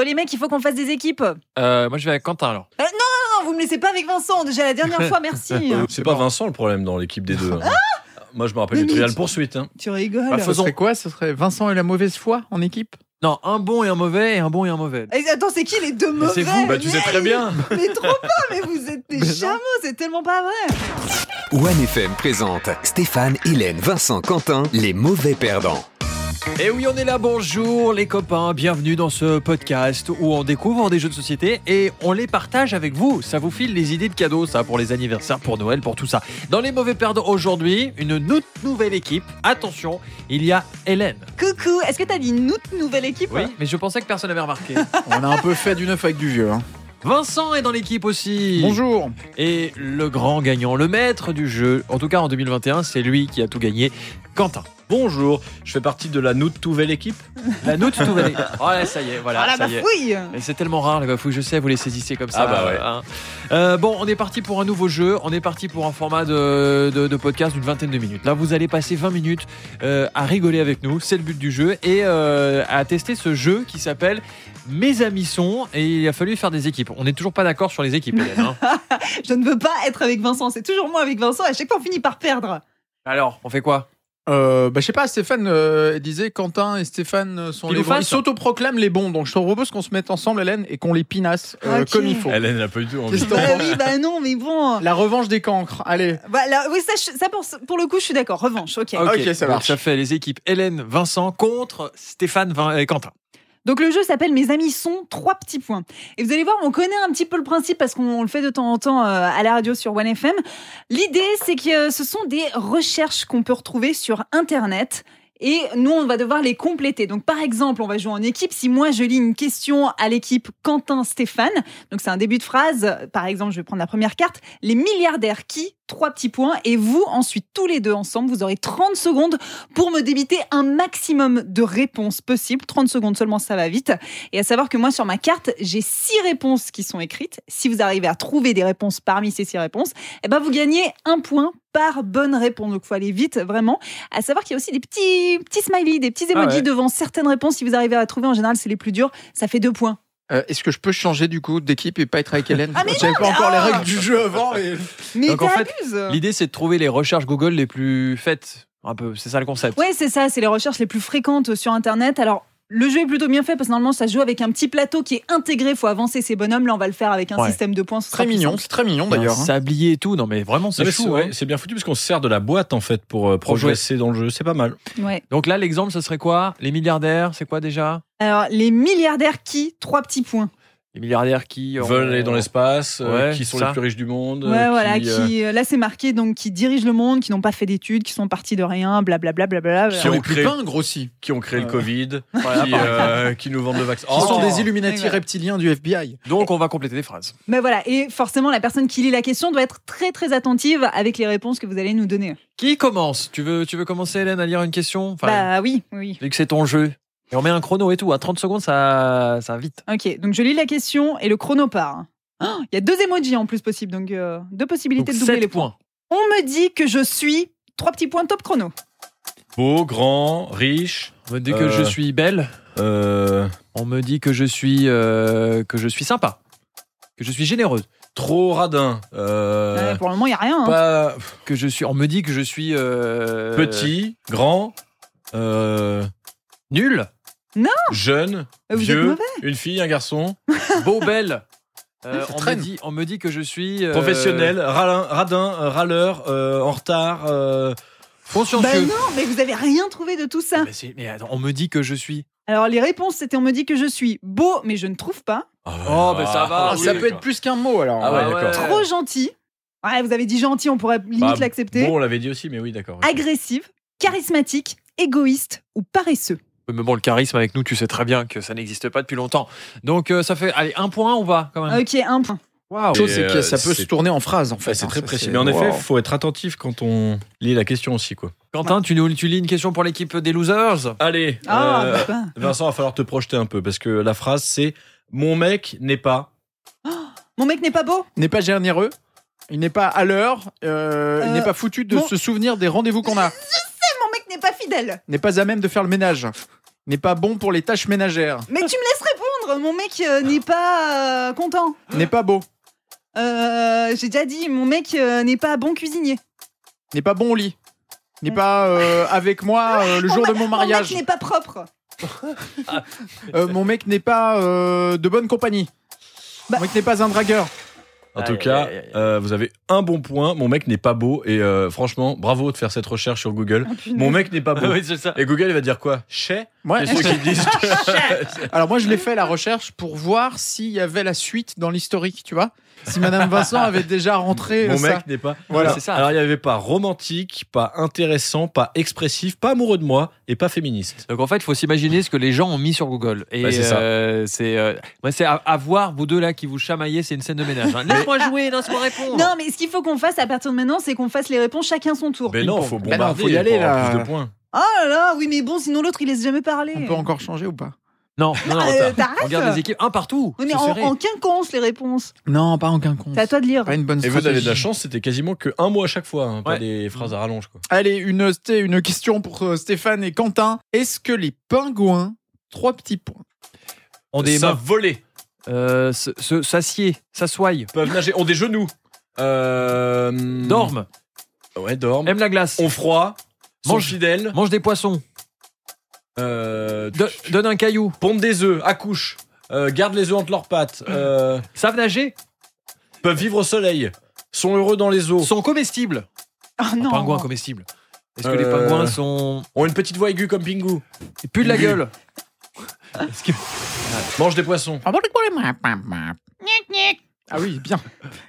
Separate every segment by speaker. Speaker 1: Oh, les mecs, il faut qu'on fasse des équipes. Non,
Speaker 2: Euh, moi, je vais avec Quentin alors.
Speaker 1: vous me laissez pas avec Vincent. Déjà la dernière fois, merci. hein.
Speaker 3: C'est pas Vincent le problème dans l'équipe des deux. hein. Moi, je me rappelle
Speaker 1: Ah Mais
Speaker 3: du
Speaker 1: mais
Speaker 3: trial
Speaker 1: tu-
Speaker 3: poursuite. hein.
Speaker 1: tu rigoles.
Speaker 4: Bah,
Speaker 2: faisons.
Speaker 4: Ce serait quoi Ce serait Vincent et la mauvaise foi en équipe
Speaker 2: Non, un bon et un mauvais et un bon et un mauvais.
Speaker 1: Eh, Attends, c'est qui les deux
Speaker 2: Mais
Speaker 1: mauvais
Speaker 2: c'est vous,
Speaker 3: Bah, tu sais
Speaker 1: Mais-
Speaker 3: très bien.
Speaker 1: Mais trop pas, mais vous êtes des
Speaker 2: Mais non.
Speaker 1: chameaux, c'est tellement pas vrai.
Speaker 5: OneFM présente Stéphane, Hélène, Vincent, Quentin, les mauvais perdants.
Speaker 2: Et Eh oui, on est là, bonjour les copains, bienvenue dans ce podcast où on découvre des jeux de société et on les partage avec vous. Ça vous file les idées de cadeaux, ça, pour les anniversaires, pour Noël, pour tout ça. Dans les mauvais perdants aujourd'hui, une toute nouvelle équipe. Attention, il y a Hélène.
Speaker 1: Coucou, est-ce que t'as dit nous, nouvelle équipe
Speaker 2: mais je pensais que personne n'avait remarqué.
Speaker 4: On a un peu fait du neuf avec du vieux. hein.
Speaker 2: Vincent est dans l'équipe aussi.
Speaker 4: Bonjour
Speaker 2: Et le grand gagnant, le maître du jeu, en tout cas en 2021, c'est lui qui a tout gagné, Quentin.
Speaker 3: Bonjour, je fais partie de la nouvelle nouvelle équipe.
Speaker 2: La note tout valait. Oh là, ça y est, voilà,
Speaker 1: Ah la
Speaker 2: ça y est.
Speaker 1: bafouille
Speaker 2: Mais c'est tellement rare les bafouilles, je sais, vous les saisissez comme ça.
Speaker 3: Ah bah ouais.
Speaker 2: hein. Euh, bon, on est parti pour un nouveau jeu, on est parti pour un format de, de- de podcast d'une vingtaine de minutes. Là, vous allez passer 20 minutes euh, à rigoler avec nous, c'est le but du jeu, et euh, à tester ce jeu qui s'appelle Mes amis sont, et il a fallu faire des équipes. On n'est toujours pas d'accord sur les équipes, Hélène, hein.
Speaker 1: Je ne veux pas être avec Vincent, c'est toujours moi avec Vincent, à chaque fois on finit par perdre.
Speaker 2: Alors, on fait quoi
Speaker 4: Euh, bah, je sais pas, Stéphane euh, disait Quentin et Stéphane euh, sont
Speaker 2: Ils
Speaker 4: les
Speaker 2: nous
Speaker 4: bons. Ils
Speaker 2: fassent.
Speaker 4: s'autoproclament les bons, donc je te propose qu'on se mette ensemble, Hélène, et qu'on les pinasse euh,
Speaker 1: Ok.
Speaker 4: comme il faut.
Speaker 3: Hélène n'a pas du tout hein. envie.
Speaker 4: Qu'est-ce que t'en
Speaker 1: Bah
Speaker 4: penses
Speaker 1: oui, bah non, mais bon.
Speaker 4: La revanche des cancres, allez.
Speaker 1: Voilà, oui, ça, je- ça pour, pour le coup, je suis d'accord. Revanche, ok.
Speaker 4: Ok, ça
Speaker 2: donc
Speaker 4: marche.
Speaker 2: Ça fait les équipes Hélène, Vincent contre Stéphane Vin- et Quentin.
Speaker 1: Donc le jeu s'appelle Mes amis sont trois petits points. Et vous allez voir, on connaît un petit peu le principe parce qu'on le fait de temps en temps euh, à la radio sur 1FM. L'idée, c'est que euh, ce sont des recherches qu'on peut retrouver sur Internet. Et nous, on va devoir les compléter. Donc, par exemple, on va jouer en équipe. Si moi, je lis une question à l'équipe Quentin-Stéphane, donc c'est un début de phrase. Par exemple, je vais prendre la première carte. Les milliardaires qui Trois petits points. Et vous, ensuite, tous les deux ensemble, vous aurez 30 secondes pour me débiter un maximum de réponses possibles. 30 secondes seulement, ça va vite. Et à savoir que moi, sur ma carte, j'ai six réponses qui sont écrites. Si vous arrivez à trouver des réponses parmi ces six réponses, eh ben, vous gagnez un point par bonne réponse. Donc, faut aller vite, vraiment. À savoir qu'il y a aussi des petits, petits smileys, des petits emojis
Speaker 2: Ah ouais.
Speaker 1: devant certaines réponses. Si vous arrivez à trouver, en général, c'est les plus durs. Ça fait deux points.
Speaker 4: Euh, Est-ce que je peux changer du coup d'équipe et pas être avec Hélène
Speaker 1: Ah, mais
Speaker 4: J'avais pas encore les
Speaker 1: ah
Speaker 4: règles du jeu avant. Et...
Speaker 1: Mais
Speaker 2: Donc, en fait,
Speaker 1: t'abuses.
Speaker 2: L'idée, c'est de trouver les recherches Google les plus faites. Un peu, c'est ça le concept.
Speaker 1: Ouais, c'est ça, c'est les recherches les plus fréquentes sur Internet. Alors. Le jeu est plutôt bien fait parce que normalement ça se joue avec un petit plateau qui est intégré, faut avancer ces bonhommes. Là on va le faire avec un
Speaker 2: Ouais.
Speaker 1: système de points. ce sera
Speaker 4: Très
Speaker 1: plus
Speaker 4: mignon,
Speaker 1: simple.
Speaker 4: c'est très
Speaker 2: Un
Speaker 4: mignon d'ailleurs. hein.
Speaker 2: Sablier et tout. Non, mais vraiment,
Speaker 3: Non,
Speaker 2: c'est
Speaker 3: mais
Speaker 2: chou.
Speaker 3: ouais,
Speaker 2: hein.
Speaker 3: c'est bien foutu parce qu'on se sert de la boîte en fait pour euh, progresser dans le jeu. C'est pas mal.
Speaker 1: Ouais.
Speaker 2: Donc là, l'exemple, ce serait quoi Les milliardaires, c'est quoi déjà
Speaker 1: Alors les milliardaires qui Trois petits points.
Speaker 2: Les milliardaires qui ont-
Speaker 3: Veulent aller dans l'espace, euh,
Speaker 2: Ouais,
Speaker 3: qui sont
Speaker 2: ça.
Speaker 3: les plus riches du monde.
Speaker 1: Ouais,
Speaker 3: euh,
Speaker 1: voilà.
Speaker 3: qui, euh,
Speaker 1: Qui, euh, là c'est marqué donc qui dirigent le monde, qui n'ont pas fait d'études, qui sont partis de rien, blablabla. Bla, bla,
Speaker 3: Qui
Speaker 4: Qui
Speaker 3: ont
Speaker 4: ont pu
Speaker 3: créé-
Speaker 4: peindre aussi.
Speaker 3: qui ont créé le
Speaker 4: Ouais.
Speaker 3: Covid,
Speaker 2: Voilà,
Speaker 3: qui,
Speaker 2: par
Speaker 3: euh, qui nous vendent le vaccin.
Speaker 4: Qui
Speaker 2: Oh.
Speaker 4: sont des Illuminati
Speaker 1: Ouais.
Speaker 4: reptiliens du FBI.
Speaker 2: Donc on va compléter des phrases.
Speaker 1: Mais voilà. Et forcément la personne qui lit la question doit être très très attentive avec les réponses que vous allez nous donner.
Speaker 2: Qui commence tu veux, tu veux commencer, Hélène, à lire une question Enfin,
Speaker 1: Bah oui, oui.
Speaker 2: Vu que c'est ton jeu. Et on met un chrono et tout. À 30 secondes, ça, ça va vite.
Speaker 1: Ok, donc je lis la question et le chrono part. Oh, Il y a deux emojis en plus possibles, donc euh, deux
Speaker 2: Donc,
Speaker 1: possibilités de doubler
Speaker 2: 7
Speaker 1: les points.
Speaker 2: points.
Speaker 1: On me dit que je suis trois petits points top chrono.
Speaker 3: Beau, grand, riche.
Speaker 2: On me dit que
Speaker 3: Euh.
Speaker 2: je suis belle.
Speaker 3: euh,
Speaker 2: On me dit que je suis, euh, que je suis sympa. Que je suis généreuse.
Speaker 3: trop radin, euh,
Speaker 1: Ouais, pour le moment, il n'y a rien. hein.
Speaker 3: pas
Speaker 2: Que je suis, on me dit que je suis euh,
Speaker 3: petit, grand, euh,
Speaker 2: nul,
Speaker 3: jeune,
Speaker 1: Euh, Vous êtes
Speaker 3: vieux,
Speaker 1: mauvais.
Speaker 3: une fille, un garçon,
Speaker 2: beau, belle. Euh,
Speaker 4: Ça
Speaker 2: on, me
Speaker 4: traîne.
Speaker 2: dit, on me dit que je suis euh,
Speaker 3: professionnel, ralin- radin, euh, râleur, euh, en retard. euh,
Speaker 1: Bah
Speaker 2: consciencieux.
Speaker 1: non, mais vous avez rien trouvé de tout ça.
Speaker 2: Mais, c'est- mais attends, on me dit que je suis.
Speaker 1: Alors les réponses, c'était on me dit que je suis beau, mais je ne trouve pas.
Speaker 2: Oh, bah, ça va, Ah,
Speaker 4: Ah, ça
Speaker 2: oui,
Speaker 4: peut être plus qu'un mot alors.
Speaker 3: Ah ouais, d'accord.
Speaker 1: Trop gentil. Ouais, vous avez dit gentil, on pourrait limite
Speaker 3: Bah,
Speaker 1: l'accepter.
Speaker 3: Bon, on l'avait dit aussi, mais oui, d'accord.
Speaker 1: Agressive, charismatique, égoïste ou paresseux.
Speaker 2: Mais bon, le charisme avec nous, tu sais très bien que ça n'existe pas depuis longtemps. Donc euh, ça fait, allez, un point, on va
Speaker 3: Ah.
Speaker 2: quand même.
Speaker 1: Ok, un point.
Speaker 4: La chose, c'est
Speaker 3: Et,
Speaker 4: que
Speaker 3: euh,
Speaker 4: ça peut
Speaker 3: c'est-
Speaker 4: se tourner en phrase en fait.
Speaker 3: Enfin, c'est
Speaker 4: hein,
Speaker 3: très
Speaker 4: ça,
Speaker 3: précis.
Speaker 4: c'est-
Speaker 3: Mais en effet,
Speaker 4: Wow.
Speaker 3: faut être attentif quand on lit la question aussi, quoi.
Speaker 2: Quentin, tu, nous- tu lis une question pour l'équipe des losers.
Speaker 3: Allez,
Speaker 1: Ah,
Speaker 3: euh,
Speaker 1: bah.
Speaker 3: Vincent, va falloir te projeter un peu parce que la phrase c'est mon mec n'est pas.
Speaker 1: Mon mec n'est pas beau.
Speaker 4: Il n'est pas généreux, il n'est pas à l'heure, euh,
Speaker 1: Euh,
Speaker 4: il n'est pas foutu de
Speaker 1: bon.
Speaker 4: se souvenir des rendez-vous qu'on a,
Speaker 1: Mon mec n'est pas fidèle.
Speaker 4: n'est pas à même de faire le ménage, n'est pas bon pour les tâches ménagères.
Speaker 1: Mais tu me laisses répondre. répondre. Mon mec euh, n'est pas euh, content.
Speaker 4: N'est pas beau.
Speaker 1: Euh, J'ai déjà dit, mon mec euh, n'est pas bon cuisinier.
Speaker 4: N'est pas bon au lit. N'est pas euh, avec moi euh, le jour de mon
Speaker 1: Oh,
Speaker 4: mariage.
Speaker 1: Mon mec n'est pas propre.
Speaker 4: Euh, Mon mec n'est pas euh, de bonne compagnie.
Speaker 1: Bah.
Speaker 4: Mon mec n'est pas un dragueur.
Speaker 3: En
Speaker 2: Aïe,
Speaker 3: tout
Speaker 2: aïe,
Speaker 3: cas,
Speaker 2: aïe, aïe.
Speaker 3: euh, vous avez un bon point. Mon mec n'est pas beau. Et euh, franchement, bravo de faire cette recherche sur Google.
Speaker 1: Ah,
Speaker 3: Mon mec n'est pas beau.
Speaker 2: Oui, c'est ça.
Speaker 3: Et Google, il va dire quoi Ah Chez
Speaker 4: Ouais.
Speaker 3: C'est ceux qui disent que-
Speaker 4: Alors moi, je l'ai fait la recherche pour voir s'il y avait la suite dans l'historique, tu vois. Si Madame Vincent avait déjà rentré euh,
Speaker 3: Mon
Speaker 4: ça.
Speaker 3: mec n'est pas.
Speaker 4: Voilà.
Speaker 2: C'est ça.
Speaker 3: Alors, il n'y avait pas romantique, pas intéressant, pas expressif, pas amoureux de moi et pas féministe.
Speaker 2: Donc en fait, il faut s'imaginer ce que les gens ont mis sur Google. Et
Speaker 3: Bah, c'est ça.
Speaker 2: euh, c'est euh, moi, c'est à, à voir vous deux là qui vous chamaillez, c'est une scène de ménage. hein. Laisse-moi jouer, laisse-moi répondre.
Speaker 4: Hein.
Speaker 1: Non, mais ce qu'il faut qu'on fasse à partir de maintenant, c'est qu'on fasse les réponses chacun son tour.
Speaker 3: Mais non, faut
Speaker 4: Ben non,
Speaker 3: bombarder
Speaker 4: faut y aller,
Speaker 3: pour avoir
Speaker 4: là.
Speaker 3: plus de points.
Speaker 1: Oh là là, oui, mais bon, sinon l'autre il laisse jamais parler.
Speaker 4: On peut encore changer ou pas
Speaker 2: non, non, non,
Speaker 1: Euh,
Speaker 2: t'as-
Speaker 1: t'arrêtes
Speaker 2: on garde les équipes un partout.
Speaker 1: Oui, mais
Speaker 2: c'est
Speaker 1: en,
Speaker 2: serré.
Speaker 1: en quinconce les réponses.
Speaker 4: Non, pas en quinconce.
Speaker 1: C'est à toi de lire.
Speaker 4: Pas une bonne
Speaker 3: Et vous
Speaker 4: stratégie.
Speaker 3: avez de la chance, c'était quasiment que un mot à chaque fois, hein, pas
Speaker 2: Ouais.
Speaker 3: des phrases à rallonge. Quoi.
Speaker 4: Allez, une, sté- une question pour euh, Stéphane et Quentin. Est-ce que les pingouins, trois petits points,
Speaker 2: On des
Speaker 3: Ça
Speaker 2: mains.
Speaker 3: voler,
Speaker 2: Euh, se- se- s'assied, s'assoie,
Speaker 3: peuvent nager, ont des genoux. Euh...
Speaker 2: dorme,
Speaker 3: Ouais, dorme.
Speaker 2: aime la glace,
Speaker 3: Ont froid, sont
Speaker 2: Mange.
Speaker 3: fidèles,
Speaker 2: mange des poissons,
Speaker 3: euh...
Speaker 2: do- donne un caillou,
Speaker 3: pondent des œufs, accouchent, euh, gardent les œufs entre leurs pattes, euh,
Speaker 2: savent nager,
Speaker 3: peuvent vivre au soleil, sont heureux dans les eaux,
Speaker 2: sont comestibles.
Speaker 1: Oh
Speaker 2: Un
Speaker 1: non.
Speaker 2: Pingouins comestibles. Est-ce que les
Speaker 3: Euh.
Speaker 2: pingouins sont
Speaker 3: ont une petite voix aiguë comme Pingu,
Speaker 2: ils puent de la gueule
Speaker 3: mangent des poissons.
Speaker 4: Ah oui, bien.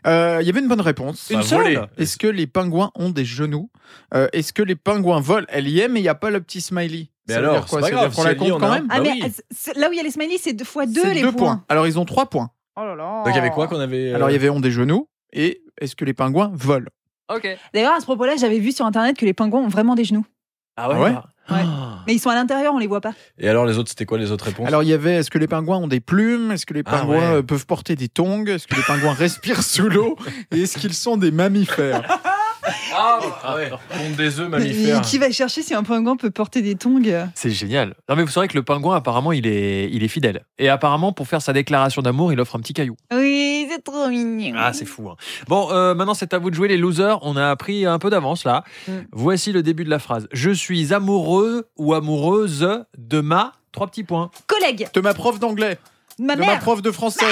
Speaker 4: Euh, Il y avait une bonne réponse.
Speaker 3: Bah, voler.
Speaker 1: Oh.
Speaker 4: Est-ce que les pingouins ont des genoux Euh, Est-ce que les pingouins volent Elle y est, mais il n'y a pas le petit smiley.
Speaker 3: Mais
Speaker 4: Ça veut
Speaker 3: alors,
Speaker 4: dire quoi
Speaker 3: c'est pas
Speaker 4: Ça veut dire
Speaker 3: grave,
Speaker 4: qu'on la
Speaker 3: si elle y en
Speaker 4: compte
Speaker 3: a
Speaker 4: quand
Speaker 3: un.
Speaker 4: même
Speaker 1: Ah,
Speaker 3: Bah
Speaker 1: mais
Speaker 3: oui.
Speaker 1: euh, c'est- là où il y a les smileys, c'est deux fois Ah, deux
Speaker 4: C'est
Speaker 1: les
Speaker 4: deux
Speaker 1: points.
Speaker 4: Alors, ils ont trois points.
Speaker 1: Oh là là.
Speaker 3: Donc il y avait quoi qu'on avait euh,
Speaker 4: Alors, il y avait ont des genoux et est-ce que les pingouins volent
Speaker 2: Ok.
Speaker 1: D'ailleurs, à ce propos-là, j'avais vu sur internet que les pingouins ont vraiment des genoux.
Speaker 2: Ah ouais.
Speaker 4: Ah ouais
Speaker 2: bah.
Speaker 1: Ouais.
Speaker 2: Ah.
Speaker 1: Mais ils sont à l'intérieur, on les voit pas.
Speaker 3: Et alors les autres, c'était quoi les autres réponses
Speaker 4: Alors, il y avait est-ce que les pingouins ont des plumes Est-ce que les
Speaker 2: Ah
Speaker 4: pingouins
Speaker 2: ouais.
Speaker 4: euh, peuvent porter des tongs Est-ce que les pingouins respirent sous l'eau Et est-ce qu'ils sont des mammifères
Speaker 3: Ah ouais, pondent des œufs, mammifères.
Speaker 1: Qui va chercher si un pingouin peut porter des tongs
Speaker 2: C'est génial. Non mais vous saurez que le pingouin apparemment il est il est fidèle et apparemment pour faire sa déclaration d'amour il offre un petit caillou.
Speaker 1: Oui, c'est trop mignon.
Speaker 2: Ah, c'est fou. hein. Bon, euh, maintenant c'est à vous de jouer les losers. On a appris un peu d'avance là.
Speaker 1: Mm.
Speaker 2: Voici le début de la phrase. Je suis amoureux ou amoureuse de ma trois petits points.
Speaker 1: Collègue,
Speaker 4: De ma prof d'anglais,
Speaker 1: ma
Speaker 4: de ma
Speaker 1: mère, Ah,
Speaker 4: prof de français,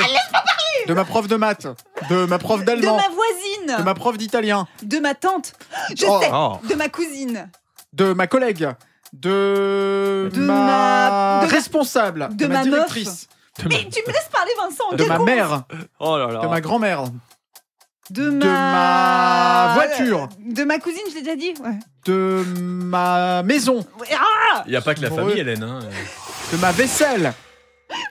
Speaker 4: de ma prof de maths, de ma prof
Speaker 1: de
Speaker 4: d'allemand,
Speaker 1: ma
Speaker 4: de
Speaker 1: voisine,
Speaker 4: ma prof d'italien,
Speaker 1: de ma tante, je
Speaker 4: Oh.
Speaker 1: sais,
Speaker 2: Oh.
Speaker 1: de ma cousine,
Speaker 4: de ma collègue, de,
Speaker 1: De
Speaker 4: ma,
Speaker 1: ma- de ma-
Speaker 4: responsable, de,
Speaker 1: de
Speaker 4: ma,
Speaker 1: ma meuf.
Speaker 4: directrice,
Speaker 1: Mais tu me laisses parler, Vincent.
Speaker 4: de
Speaker 1: quel
Speaker 4: ma
Speaker 1: con.
Speaker 4: mère,
Speaker 2: Oh là là.
Speaker 4: de ma grand-mère,
Speaker 1: De
Speaker 4: de
Speaker 1: ma...
Speaker 4: ma voiture.
Speaker 1: De ma cousine, je l'ai déjà dit. Ouais.
Speaker 4: de ma maison,
Speaker 1: Ouais, ah,
Speaker 3: Il y a pas que la
Speaker 4: Amoureux.
Speaker 3: famille, Hélène. hein.
Speaker 4: de ma vaisselle.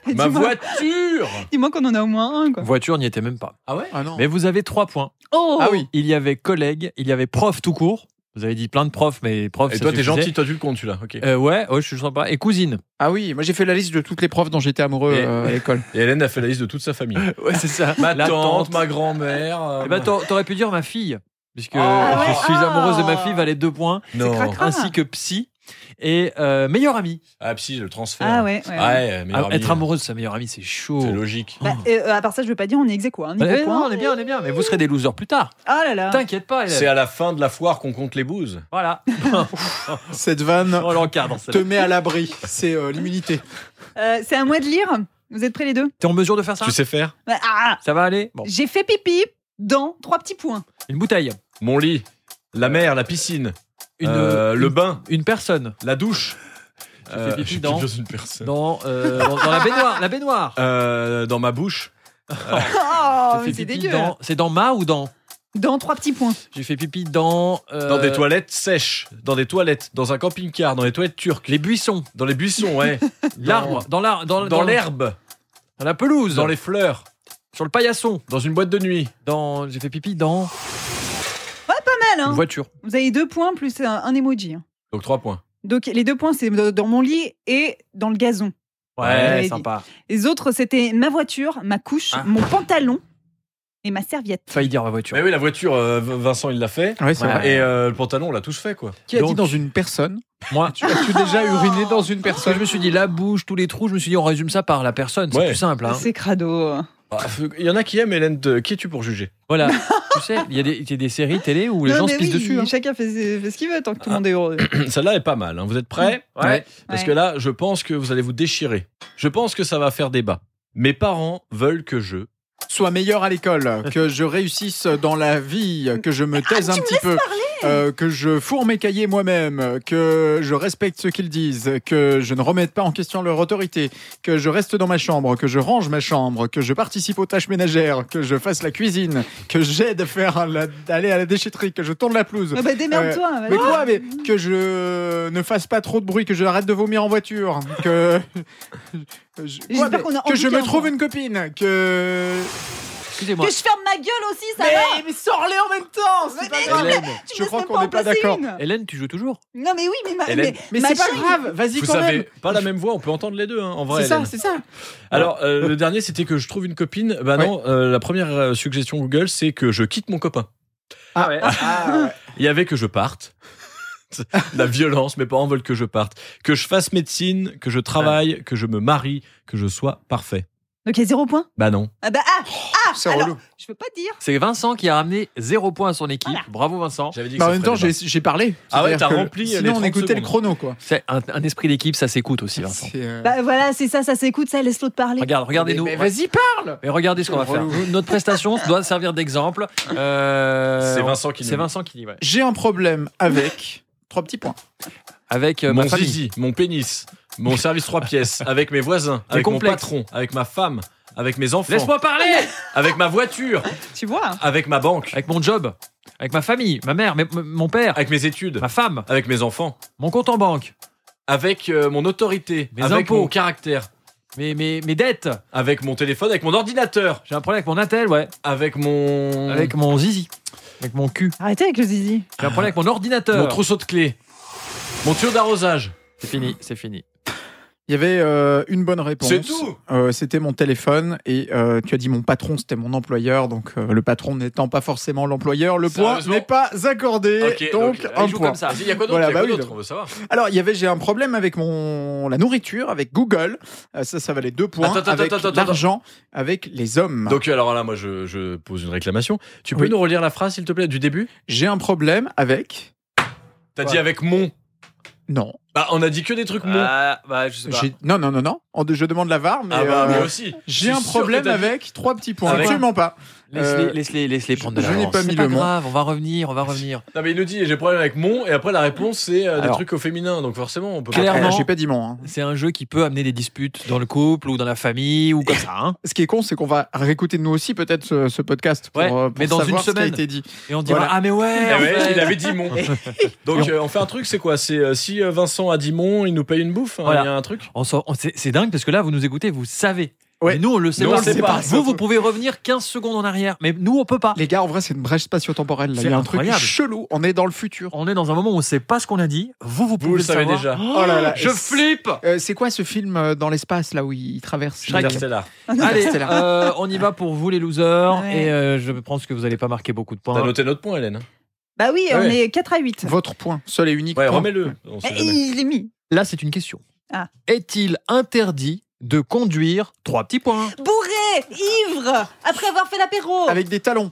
Speaker 3: Ma
Speaker 1: dis-moi-
Speaker 3: voiture.
Speaker 1: Dis-moi qu'on en a au moins un, quoi.
Speaker 2: Voiture n'y était même pas.
Speaker 3: Ah ouais.
Speaker 4: Ah non.
Speaker 2: Mais vous avez trois points.
Speaker 1: Oh
Speaker 4: Ah oui.
Speaker 2: Il y avait collègue, il y avait prof tout court. Vous avez dit plein de profs, mais prof.
Speaker 3: Et
Speaker 2: ça
Speaker 3: toi, t'es
Speaker 2: suffisait.
Speaker 3: gentil, toi, tu le comptes, tu là. Ok. Et
Speaker 2: Euh, ouais, ouais, je suis sympa. Et cousine.
Speaker 4: Ah oui, moi j'ai fait la liste de toutes les profs dont j'étais amoureux
Speaker 2: Et-
Speaker 4: euh, à l'école.
Speaker 3: Hélène a fait la liste de toute sa famille.
Speaker 2: Ouais, c'est ça.
Speaker 3: Ma
Speaker 2: La
Speaker 3: tante, ma grand-mère. euh,
Speaker 2: Eh ben, t'aurais t'aurais pu dire ma fille. Puisque
Speaker 3: Ah
Speaker 1: ouais.
Speaker 2: je suis amoureuse de ma fille,
Speaker 1: Ah.
Speaker 2: valait deux points.
Speaker 3: non.
Speaker 1: cracra. Ah.
Speaker 2: Ainsi que psy. Et euh, meilleur ami.
Speaker 3: Ah psy, je le transfère.
Speaker 1: Ah ouais. ouais.
Speaker 3: Ouais, meilleur
Speaker 2: Ah,
Speaker 3: ami. hein.
Speaker 2: être amoureuse de sa meilleure amie, c'est chaud.
Speaker 3: C'est logique.
Speaker 1: Bah, euh, à part ça, je veux pas dire, on est exéquo. Hein, niveau
Speaker 2: Eh,
Speaker 1: points.
Speaker 2: non, on est bien, on est bien, mais vous serez des losers plus tard.
Speaker 1: Ah là là.
Speaker 2: T'inquiète pas, Hélène.
Speaker 3: C'est à la fin de la foire qu'on compte les bouses.
Speaker 2: Voilà,
Speaker 4: Cette vanne
Speaker 2: on l'encadre.
Speaker 4: te
Speaker 2: celle-là.
Speaker 4: met à l'abri, c'est euh, l'immunité.
Speaker 1: Euh, c'est à moi de lire. Vous êtes prêts les deux
Speaker 2: T'es en mesure de faire ça
Speaker 3: Tu sais faire
Speaker 1: Bah, ah
Speaker 2: Ça va aller Bon,
Speaker 1: J'ai fait pipi dans trois petits points.
Speaker 2: une bouteille,
Speaker 3: Mon lit, la mer, la piscine,
Speaker 2: une,
Speaker 3: euh, le bain,
Speaker 2: une personne
Speaker 3: la douche. Euh,
Speaker 2: Tu fais pipi
Speaker 3: je suis
Speaker 2: dans-
Speaker 3: plus une personne.
Speaker 2: dans, euh, dans, dans la baignoire. La baignoire.
Speaker 3: Euh, dans ma bouche.
Speaker 1: Oh,
Speaker 2: J'ai
Speaker 1: mais
Speaker 2: fait
Speaker 1: c'est
Speaker 2: pipi
Speaker 1: dégueu.
Speaker 2: dans- C'est dans ma ou dans
Speaker 1: Dans trois petits points.
Speaker 2: J'ai fait pipi dans. euh,
Speaker 3: Dans des toilettes sèches, dans des toilettes, dans un camping-car, dans les toilettes turques,
Speaker 2: Les buissons,
Speaker 3: dans les buissons, ouais.
Speaker 2: l'arbre, dans l'arbre, dans,
Speaker 3: dans, l'herbe,
Speaker 2: dans la pelouse,
Speaker 3: dans les fleurs,
Speaker 2: sur le paillasson,
Speaker 3: dans une boîte de nuit.
Speaker 2: dans. J'ai fait pipi dans
Speaker 1: Mal,
Speaker 2: une
Speaker 1: hein
Speaker 2: voiture.
Speaker 1: Vous avez deux points plus un, un emoji. hein.
Speaker 3: Donc trois points.
Speaker 1: Donc les deux points, c'est dans dans mon lit et dans le gazon.
Speaker 2: Ouais,
Speaker 1: Ouais,
Speaker 2: sympa.
Speaker 1: Les autres, c'était ma voiture, ma couche,
Speaker 2: Ah.
Speaker 1: mon pantalon, et ma serviette.
Speaker 2: Failli dire ma voiture.
Speaker 3: Mais oui, la voiture, euh, V- Vincent, il l'a fait.
Speaker 4: Ouais, c'est
Speaker 2: Ouais.
Speaker 4: vrai.
Speaker 3: Et euh, le pantalon, on l'a tous fait, quoi.
Speaker 4: Qui a dit
Speaker 2: Donc-
Speaker 4: dans une personne
Speaker 2: Moi,
Speaker 4: Tu- As-tu déjà uriné dans
Speaker 2: parce
Speaker 4: une
Speaker 2: que je
Speaker 4: personne
Speaker 2: me suis dit la bouche, tous les trous, je me suis dit on résume ça par la personne, c'est
Speaker 3: Ouais.
Speaker 2: plus simple. hein.
Speaker 1: C'est crado.
Speaker 3: Ah, Il y en a qui aiment, Hélène, te- qui es-tu pour juger
Speaker 2: Voilà, tu sais, il y, a des- il y a des séries télé où les
Speaker 1: Non,
Speaker 2: gens
Speaker 1: mais
Speaker 2: se
Speaker 1: oui,
Speaker 2: pissent dessus. hein.
Speaker 1: Chacun fait, fait ce qu'il veut tant que
Speaker 4: Ah.
Speaker 1: tout le monde est heureux.
Speaker 3: Celle-là est pas mal, hein. vous êtes prêts
Speaker 2: Ouais.
Speaker 3: Parce
Speaker 1: Ouais.
Speaker 3: que là, je pense que vous allez vous déchirer. Je pense que ça va faire débat. Mes parents veulent que je...
Speaker 4: Sois meilleur à l'école, que je réussisse dans la vie, que je me taise un petit peu, euh, que je fourre mes cahiers moi-même, que je respecte ce qu'ils disent, que je ne remette pas en question leur autorité, que je reste dans ma chambre, que je range ma chambre, que je participe aux tâches ménagères, que je fasse la cuisine, que j'aide à faire la- aller à la déchetterie, que je tourne la pelouse.
Speaker 1: Ah bah, démerde-toi. vas-y.
Speaker 4: Mais quoi Mais que je ne fasse pas trop de bruit, que je arrête de vomir en voiture, que je,
Speaker 1: J'espère
Speaker 4: mais
Speaker 1: qu'on a
Speaker 4: que je me
Speaker 1: handicap,
Speaker 4: trouve
Speaker 1: hein.
Speaker 4: une copine, que
Speaker 2: Excusez-moi.
Speaker 1: Que je ferme ma gueule aussi, ça
Speaker 4: mais,
Speaker 1: va
Speaker 4: mais sors-les en même temps,
Speaker 1: Mais
Speaker 4: c'est pas
Speaker 1: mais
Speaker 4: grave.
Speaker 3: Hélène,
Speaker 1: Tu me
Speaker 4: je
Speaker 1: laisses
Speaker 4: crois
Speaker 1: même
Speaker 4: qu'on
Speaker 1: en
Speaker 4: n'est pas
Speaker 1: passer
Speaker 4: d'accord.
Speaker 1: une.
Speaker 2: Hélène, tu joues toujours
Speaker 1: Non mais oui, mais ma,
Speaker 3: Hélène,
Speaker 1: mais,
Speaker 4: Mais
Speaker 1: ma
Speaker 4: c'est pas
Speaker 1: chaîne-
Speaker 4: grave, vas-y
Speaker 3: Vous
Speaker 4: quand même.
Speaker 3: savez, pas la même voix, on peut entendre les deux, hein, en vrai.
Speaker 4: C'est ça,
Speaker 3: Hélène.
Speaker 4: c'est ça.
Speaker 3: Alors, euh, le dernier, c'était que je trouve une copine. Bah non, euh, la première euh, suggestion Google, c'est que je quitte mon copain.
Speaker 4: Ah ouais.
Speaker 3: Il y avait que je parte. la violence, mes parents veulent que je parte. Que je fasse médecine, que je travaille, que je me marie, que je sois parfait.
Speaker 1: Donc il y a zéro point.
Speaker 3: Bah non.
Speaker 1: Ah bah ah, ah
Speaker 4: c'est
Speaker 1: alors,
Speaker 4: relou.
Speaker 1: Je veux pas dire.
Speaker 2: C'est Vincent qui a ramené zéro point à son équipe.
Speaker 1: Voilà.
Speaker 2: Bravo Vincent.
Speaker 3: J'avais dit
Speaker 4: Bah, en même temps, j'ai j'ai parlé.
Speaker 3: Ah ouais,
Speaker 4: C'est-à-dire
Speaker 3: t'as
Speaker 4: que
Speaker 3: rempli les
Speaker 4: Sinon, on
Speaker 3: 30
Speaker 4: écoutait le
Speaker 3: secondes.
Speaker 4: chrono, quoi.
Speaker 2: C'est un, un esprit d'équipe, ça s'écoute aussi, Vincent.
Speaker 4: C'est, euh,
Speaker 1: Bah voilà, c'est ça, ça s'écoute, ça laisse l'autre parler.
Speaker 2: Regarde, regardez-nous.
Speaker 4: Mais vas-y, parle
Speaker 2: Mais regardez ce qu'on va faire.
Speaker 4: Relou.
Speaker 2: Notre prestation doit servir d'exemple. Euh,
Speaker 3: C'est Vincent qui
Speaker 2: C'est
Speaker 3: nous-
Speaker 2: Vincent qui dit, ouais.
Speaker 4: J'ai un problème avec. Trois petits points.
Speaker 2: Avec euh,
Speaker 3: mon
Speaker 2: ma famille.
Speaker 3: zizi, mon pénis, mon service trois pièces, avec mes voisins, avec mon
Speaker 2: complexe.
Speaker 3: patron, avec ma femme, avec mes enfants,
Speaker 2: Laisse-moi parler
Speaker 3: avec ma voiture,
Speaker 1: Tu vois
Speaker 3: avec ma banque,
Speaker 2: Avec mon job, avec ma famille, ma mère, mes- m- mon père,
Speaker 3: avec mes études,
Speaker 2: ma femme,
Speaker 3: avec mes enfants,
Speaker 2: mon compte en banque,
Speaker 3: avec euh, mon autorité,
Speaker 2: Mes
Speaker 3: avec
Speaker 2: impôts.
Speaker 3: mon caractère,
Speaker 2: mes, mes, mes dettes.
Speaker 3: avec mon téléphone, avec mon ordinateur,
Speaker 2: J'ai un problème avec mon Intel, ouais.
Speaker 3: avec mon
Speaker 2: Avec mon zizi. Avec mon cul.
Speaker 1: Arrêtez avec le zizi.
Speaker 2: J'ai un problème avec mon ordinateur.
Speaker 3: mon trousseau de clés, mon tuyau d'arrosage.
Speaker 2: C'est fini, c'est fini.
Speaker 4: Il y avait euh, une bonne réponse.
Speaker 3: C'est tout.
Speaker 4: Euh, C'était mon téléphone et euh, tu as dit mon patron, c'était mon employeur. Donc euh, le patron n'étant pas forcément l'employeur, le point
Speaker 3: Sérieusement
Speaker 4: n'est pas accordé.
Speaker 3: Ok, euh,
Speaker 4: donc
Speaker 3: ok.
Speaker 4: un
Speaker 2: Il joue
Speaker 4: point.
Speaker 2: comme ça.
Speaker 3: Vas-y, y a quoi d'autre
Speaker 4: Voilà,
Speaker 3: Y a quoi
Speaker 4: bah oui,
Speaker 3: d'autre
Speaker 4: donc.
Speaker 3: On veut savoir.
Speaker 4: Alors il y avait j'ai un problème avec mon la nourriture, avec Google. Euh, ça ça valait deux points.
Speaker 3: Attends, attends,
Speaker 4: avec
Speaker 3: attends, attends,
Speaker 4: l'argent, avec les hommes.
Speaker 3: Donc euh, alors là, moi, je, je pose une réclamation. Tu peux
Speaker 4: Oui.
Speaker 3: nous relire la phrase, s'il te plaît, du début
Speaker 4: j'ai un problème avec
Speaker 3: T'as
Speaker 4: Ouais.
Speaker 3: dit avec mon.
Speaker 4: non.
Speaker 3: Bah, on a dit que des trucs mon.
Speaker 2: Ah, bah, je sais pas.
Speaker 4: J'ai- euh, Non non non non. En deux- Je demande la var, mais,
Speaker 3: Ah bah,
Speaker 4: euh,
Speaker 3: moi aussi.
Speaker 4: j'ai
Speaker 3: Je
Speaker 4: un
Speaker 3: suis sûr
Speaker 4: problème
Speaker 3: que t'as dit- Ah
Speaker 4: avec trois petits points.
Speaker 3: Avec-
Speaker 4: Absolument pas.
Speaker 2: Laisse-les,
Speaker 4: Euh,
Speaker 2: laisse-les, laisse-les prendre de
Speaker 4: je n'ai
Speaker 2: l'avance.
Speaker 4: pas mis
Speaker 2: C'est pas
Speaker 4: le mot.
Speaker 2: grave, on va revenir, on va revenir.
Speaker 3: Non, mais il nous dit, j'ai problème avec mon, et après, la réponse, c'est euh, des
Speaker 4: Alors.
Speaker 3: trucs au féminin. Donc forcément, on peut
Speaker 2: Claire-
Speaker 3: pas.
Speaker 2: Clairement.
Speaker 4: Euh, J'ai pas dit mon. hein.
Speaker 2: C'est un jeu qui peut amener des disputes dans le couple ou dans la famille ou comme ça. hein.
Speaker 4: ce qui est con, c'est qu'on va réécouter nous aussi peut-être ce, ce podcast pour,
Speaker 2: Ouais,
Speaker 4: euh, pour
Speaker 2: mais dans
Speaker 4: savoir
Speaker 2: une
Speaker 4: ce qui a
Speaker 2: semaine.
Speaker 4: été dit.
Speaker 2: Et on dira
Speaker 4: Voilà.
Speaker 2: ah mais
Speaker 3: Eh
Speaker 2: ouais. en
Speaker 3: ouais,
Speaker 2: fait.
Speaker 3: il avait dit mon. Donc euh, on fait un truc, c'est quoi C'est euh, si euh, Vincent a dit mon, il nous paye une bouffe. hein, Il
Speaker 2: Voilà.
Speaker 3: y a un truc.
Speaker 2: On s'en- on- c'est, c'est dingue parce que là vous nous écoutez, vous savez.
Speaker 4: Ouais.
Speaker 2: Mais nous on le sait
Speaker 3: Nous, on
Speaker 2: pas.
Speaker 3: le sait
Speaker 2: Vous,
Speaker 3: pas.
Speaker 2: Vous vous pouvez revenir 15 secondes en arrière, mais nous on peut pas.
Speaker 4: Les gars, en vrai, c'est une brèche spatio-temporelle. là. Il y
Speaker 2: C'est
Speaker 4: a un
Speaker 2: incroyable.
Speaker 4: truc chelou. On est dans le futur.
Speaker 2: On est dans un moment où on sait pas ce qu'on a dit. Vous vous pouvez
Speaker 3: Vous le
Speaker 2: le
Speaker 3: savez
Speaker 2: savoir.
Speaker 3: déjà.
Speaker 4: Oh là là.
Speaker 2: Je
Speaker 4: Et
Speaker 2: flippe.
Speaker 4: Euh, c'est quoi ce film euh, dans l'espace là où il traverse euh,
Speaker 2: Shrek.
Speaker 4: Interstellar.
Speaker 3: Interstellar.
Speaker 2: Allez,
Speaker 4: Interstellar.
Speaker 2: euh, on y va pour vous les losers
Speaker 1: Ouais.
Speaker 2: et euh, je pense que vous allez pas marquer beaucoup de
Speaker 3: T'as
Speaker 2: points.
Speaker 3: noté notre point, Hélène.
Speaker 1: Bah oui,
Speaker 3: Ah
Speaker 1: on
Speaker 3: ouais.
Speaker 1: est 4 à 8.
Speaker 4: Votre point, seul et unique.
Speaker 3: Ouais,
Speaker 4: point.
Speaker 3: remets-le. On sait
Speaker 1: Eh,
Speaker 3: jamais.
Speaker 1: il est mis.
Speaker 2: Là c'est une question.
Speaker 1: Ah.
Speaker 2: Est-il interdit de conduire trois petits points
Speaker 1: Bourré, ivre, après avoir fait l'apéro.
Speaker 4: Avec des talons.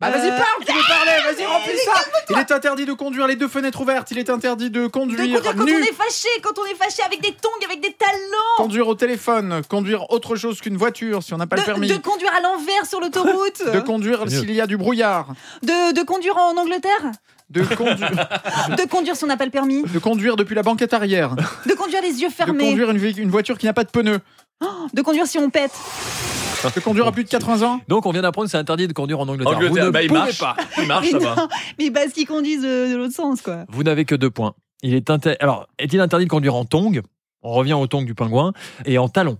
Speaker 4: Bah vas-y
Speaker 1: Euh,
Speaker 4: parle, tu veux parler, vas-y
Speaker 1: mais
Speaker 4: remplis ça. Il est interdit de conduire les deux fenêtres ouvertes, il est interdit de
Speaker 1: De
Speaker 4: conduire,
Speaker 1: conduire quand
Speaker 4: nu,
Speaker 1: on est fâché, quand on est fâché avec des tongs, avec des talons.
Speaker 4: conduire au téléphone, conduire autre chose qu'une voiture si on n'a pas le
Speaker 1: De,
Speaker 4: permis,
Speaker 1: de conduire à l'envers sur l'autoroute.
Speaker 4: de conduire s'il y a du brouillard,
Speaker 1: de, de conduire en Angleterre.
Speaker 4: de conduire
Speaker 1: De conduire si on n'a pas le permis.
Speaker 4: de conduire depuis la banquette arrière,
Speaker 1: De conduire les yeux
Speaker 4: de
Speaker 1: fermés.
Speaker 4: conduire une, vé- une voiture qui n'a pas de pneus,
Speaker 1: de conduire si on pète.
Speaker 4: de conduire à plus de 80 ans.
Speaker 2: Donc on vient d'apprendre que c'est interdit de conduire en Angleterre.
Speaker 3: Angleterre,
Speaker 2: Vous ne
Speaker 3: bah, il
Speaker 2: pouvez
Speaker 3: marche.
Speaker 2: pas.
Speaker 3: Il marche
Speaker 1: Mais
Speaker 3: là-bas.
Speaker 1: non, mais parce qu'ils conduisent euh, de, l'autre sens, quoi.
Speaker 2: Vous n'avez que deux points. Il est inter- Alors, est-il interdit de conduire en tongs On revient au tongs du pingouin et en talons.